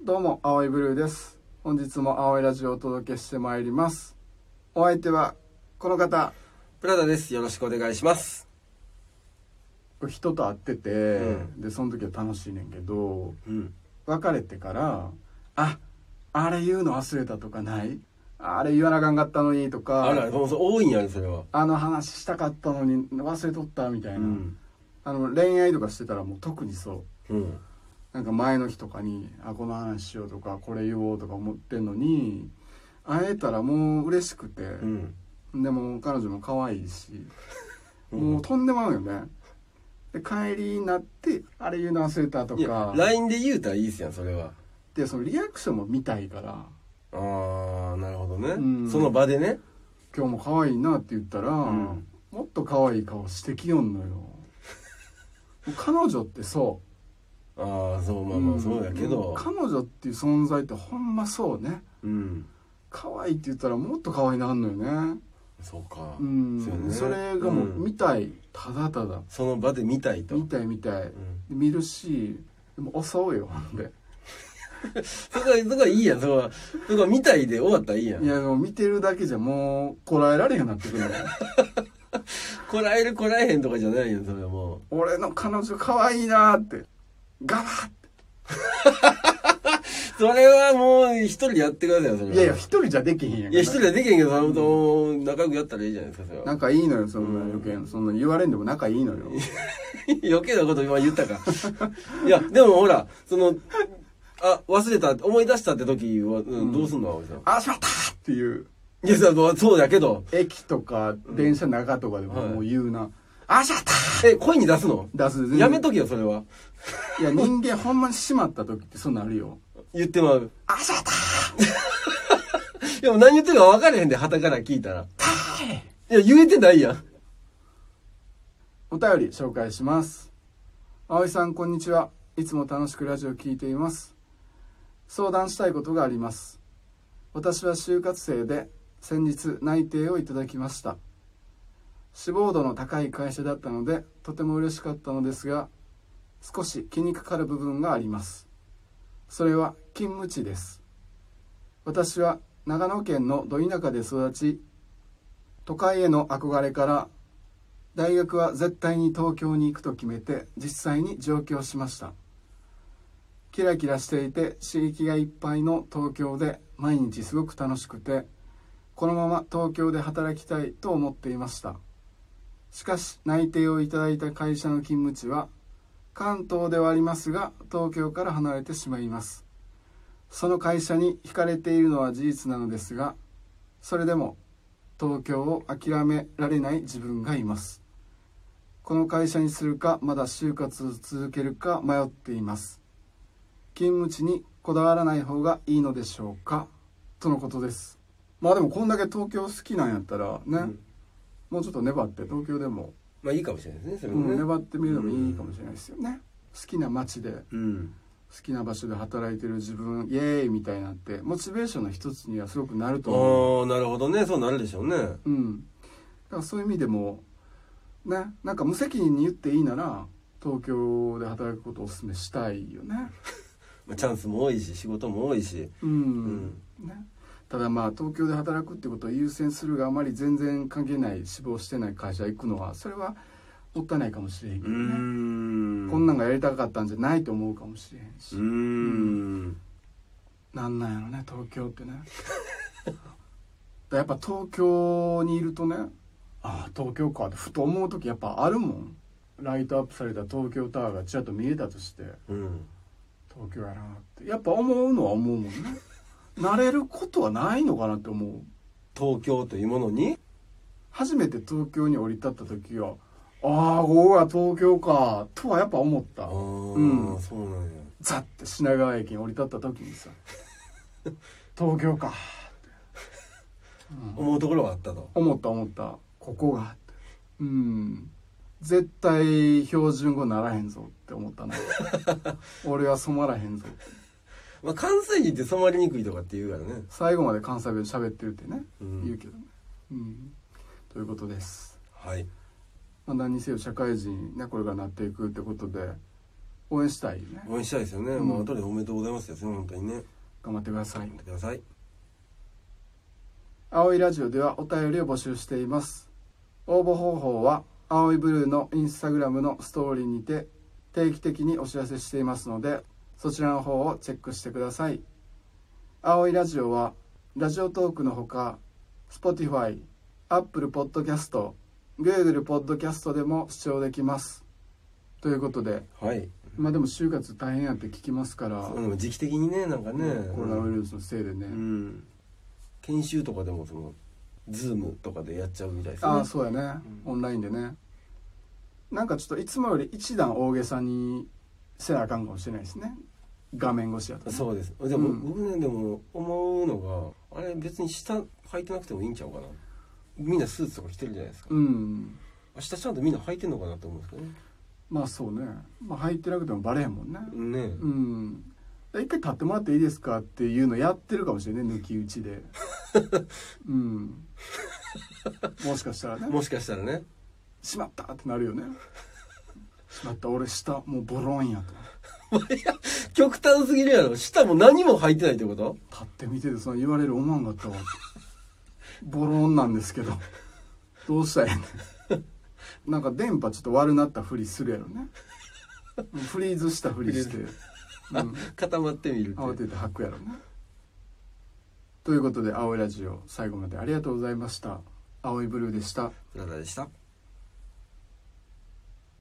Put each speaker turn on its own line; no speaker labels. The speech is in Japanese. どうも、青いブルーです。本日も青いラジオをお届けしてまいります。お相手は、この方、
プラダです。よろしくお願いします。
人と会ってて、
う
で、その時は楽しいねんけど、
うん。
別れてから、あ、あれ言うの忘れたとかないあれ言わなあかんかったのにとか、
あら、もうそう多いんやね、それは。
あの話したかったのに忘れとったみたいうな、。あの恋愛とかしてたらもう特にそう
うん。
なんか前の日とかにあこの話しようとかこれ言おうとか思ってんのに会えたらもう嬉しくて、
うん。
でも彼女も可愛いし
うん
もうとんでもないよねで帰りになってあれ言うの忘れたと
いや
か、
LINE で言うたらいいっすやん、それは。
でそのリアクションも見たいから
あー、なるほどね。
うん
その場でね。
今日も可愛いなって言ったら、
ん
もっと可愛い顔してきよんのよもう彼女ってそう
あー、そう、まあまあ、そうやけ
うん
ど。
彼女っていう存在ってほんまそうね
うん。
可愛いって言ったらもっと可愛いなんのよね
そうか。
うん
う
そ
やね
れがもう
うん
見たい、ただただ
その場で見たいと。う
見
ん。
たい見たい見るしでも襲うよほんで
そこは、そこはいいやん、そこは。そこは見たいで終わったらいいや
い
ん。
やでも見てるだけじゃもうこらえられへんようになってくるの
こらえる、こらえへんとかじゃないよ、それはもう。
俺の彼女可愛いなーってガバッ
それはもう一人でやってくださいよ、それは。
いやいや一人じゃできへんやん
いや、一人ではできへんけど、その仲良くやったらいいじゃないですか、それは。
仲いいのよそんな
うん
余計なそんな言われんでも仲いいのよ
余計なこと今言ったか。いや、でもほら、その、あ、忘れた、思い出したって時は、うん、どうすんの葵さん。
あしまったーっていう
いや、そうそうだけど、
駅とか電車の中とかでも
はい
もう言うな、あしまったー
え、声に出すの
出す全然
やめとけよ、それは。
いや人間ほんまに閉まった時ってそうなるよ
言ってまう。
あしまった
でも何言ってるか分かれへんで、旗から聞いたら。いや、 言えてないやん。
お便り紹介します葵さんこんにちはいつも楽しくラジオ聞いています相談したいことがあります私は就活生で先日内定をいただきました志望度の高い会社だったのでとても嬉しかったのですが少し気にかかる部分がありますそれは勤務地です私は長野県のど田舎で育ち都会への憧れから大学は絶対に東京に行くと決めて実際に上京しましたキラキラしていて刺激がいっぱいの東京で毎日すごく楽しくてこのまま東京で働きたいと思っていましたしかし内定をいただいた会社の勤務地は関東ではありますが東京から離れてしまいますその会社に惹かれているのは事実なのですがそれでも東京を諦められない自分がいますこの会社にするかまだ就活を続けるか迷っています勤務地にこだわらない方がいいのでしょうかとのことですまあでもこんだけ東京好きなんやったらね、
うん
もうちょっと粘って東京でも、
まあいいかもしれないですね、それ
う
も
ん、
ね。
粘ってみるのもいいかもしれないですよね好きな街で
うん。
好きな場所で働いてる自分イエーイみたいなってモチベーションの一つにはすごくなる
あ
と思う
ー、なるほどね、そうなるでしょうね。
うん、だからそういう意味でもねなんか無責任に言っていいなら東京で働くことをお勧めしたいよね。
まあチャンスも多いし、仕事も多いし。
うんね、ただまあ東京で働くってことを優先するがあまり全然関係ない志望してない会社行くのはそれはもったいないかもしれへん
う
け
ー
どね、
ん。
こんなん
が。
がやりたかったんじゃないと思うかもしれへんし、
うーん。
なんなんやろね東京ってね だからやっぱ東京にいるとねああ東京かってふと思う時やっぱあるもんライトアップされた東京タワーがちらっと見えたとして
うん。
東京やなってやっぱ思うのは思うもんね 慣れることはないのかなって思う
東京というものに
初めて東京に降り立った時はああここが東京かとはやっぱ思った
ああ、
うん
そうなんや
ザッて品川駅に降り立った時にさ東京か
思うところはあったと
思った思ったここがってうん絶対標準語ならへんぞって思 ったな俺は染まらへんぞって
まあ、関西人って染まりにくいとかって言うからね
最後まで関西弁喋ってるってね、
うん
言うけどね、うん、ということです、
はい
まあ、何にせよ社会人にねこれからなっていくってことで応援したいね
応援したいですよね。
うん
まあ、後でおめでとうございますですよ、本当にね。
頑張ってくださ
頑
い
張ってください。
青いラジオではお便りを募集しています応募方法は青いブルーのインスタグラムのストーリーにて定期的にお知らせしていますのでそちらの方をチェックしてください青いラジオはラジオトークのほか Spotify、Apple Podcast、Google Podcast でも視聴できますということで
はい。
まあでも就活大変やって聞きますから、
そうでも時期的にね、なんかね。
コロナウイルスのせいでね、
うん。研修とかでも、その、ズームとかでやっちゃうみたいですね。
ああそうやね、オンラインでねなんかちょっといつもより一段大げさにせなあかんかもしれないですね画面越しやと
そうです。でも、
うん
僕ね、でも、思うのが、あれ、別に下履いてなくてもいいんちゃうかな。みんなスーツとか着てるじゃないですか。
うん
下ちゃんとみんな履いてんのかなと思うんですけどね。
まあそうね、まあ、入ってなくてもバレへんもんね
ねえ
うん一回立ってもらっていいですかっていうのやってるかもしれない抜き打ちでうんもしかしたらね
もしかしたらね。
しまったってなるよねしまった俺下もうボロンやと
極端すぎるやろ。下も何も履いてないってこと
立って見ててその言われる思わんかったわボロンなんですけどどうしたらええねんなんか電波ちょっと悪なったふりするやろねフリーズしたふりして、うん、
固まってみるって。
慌てて吐くやろねということで「青いラジオ」最後までありがとうございました青いブルーでした
ララでした。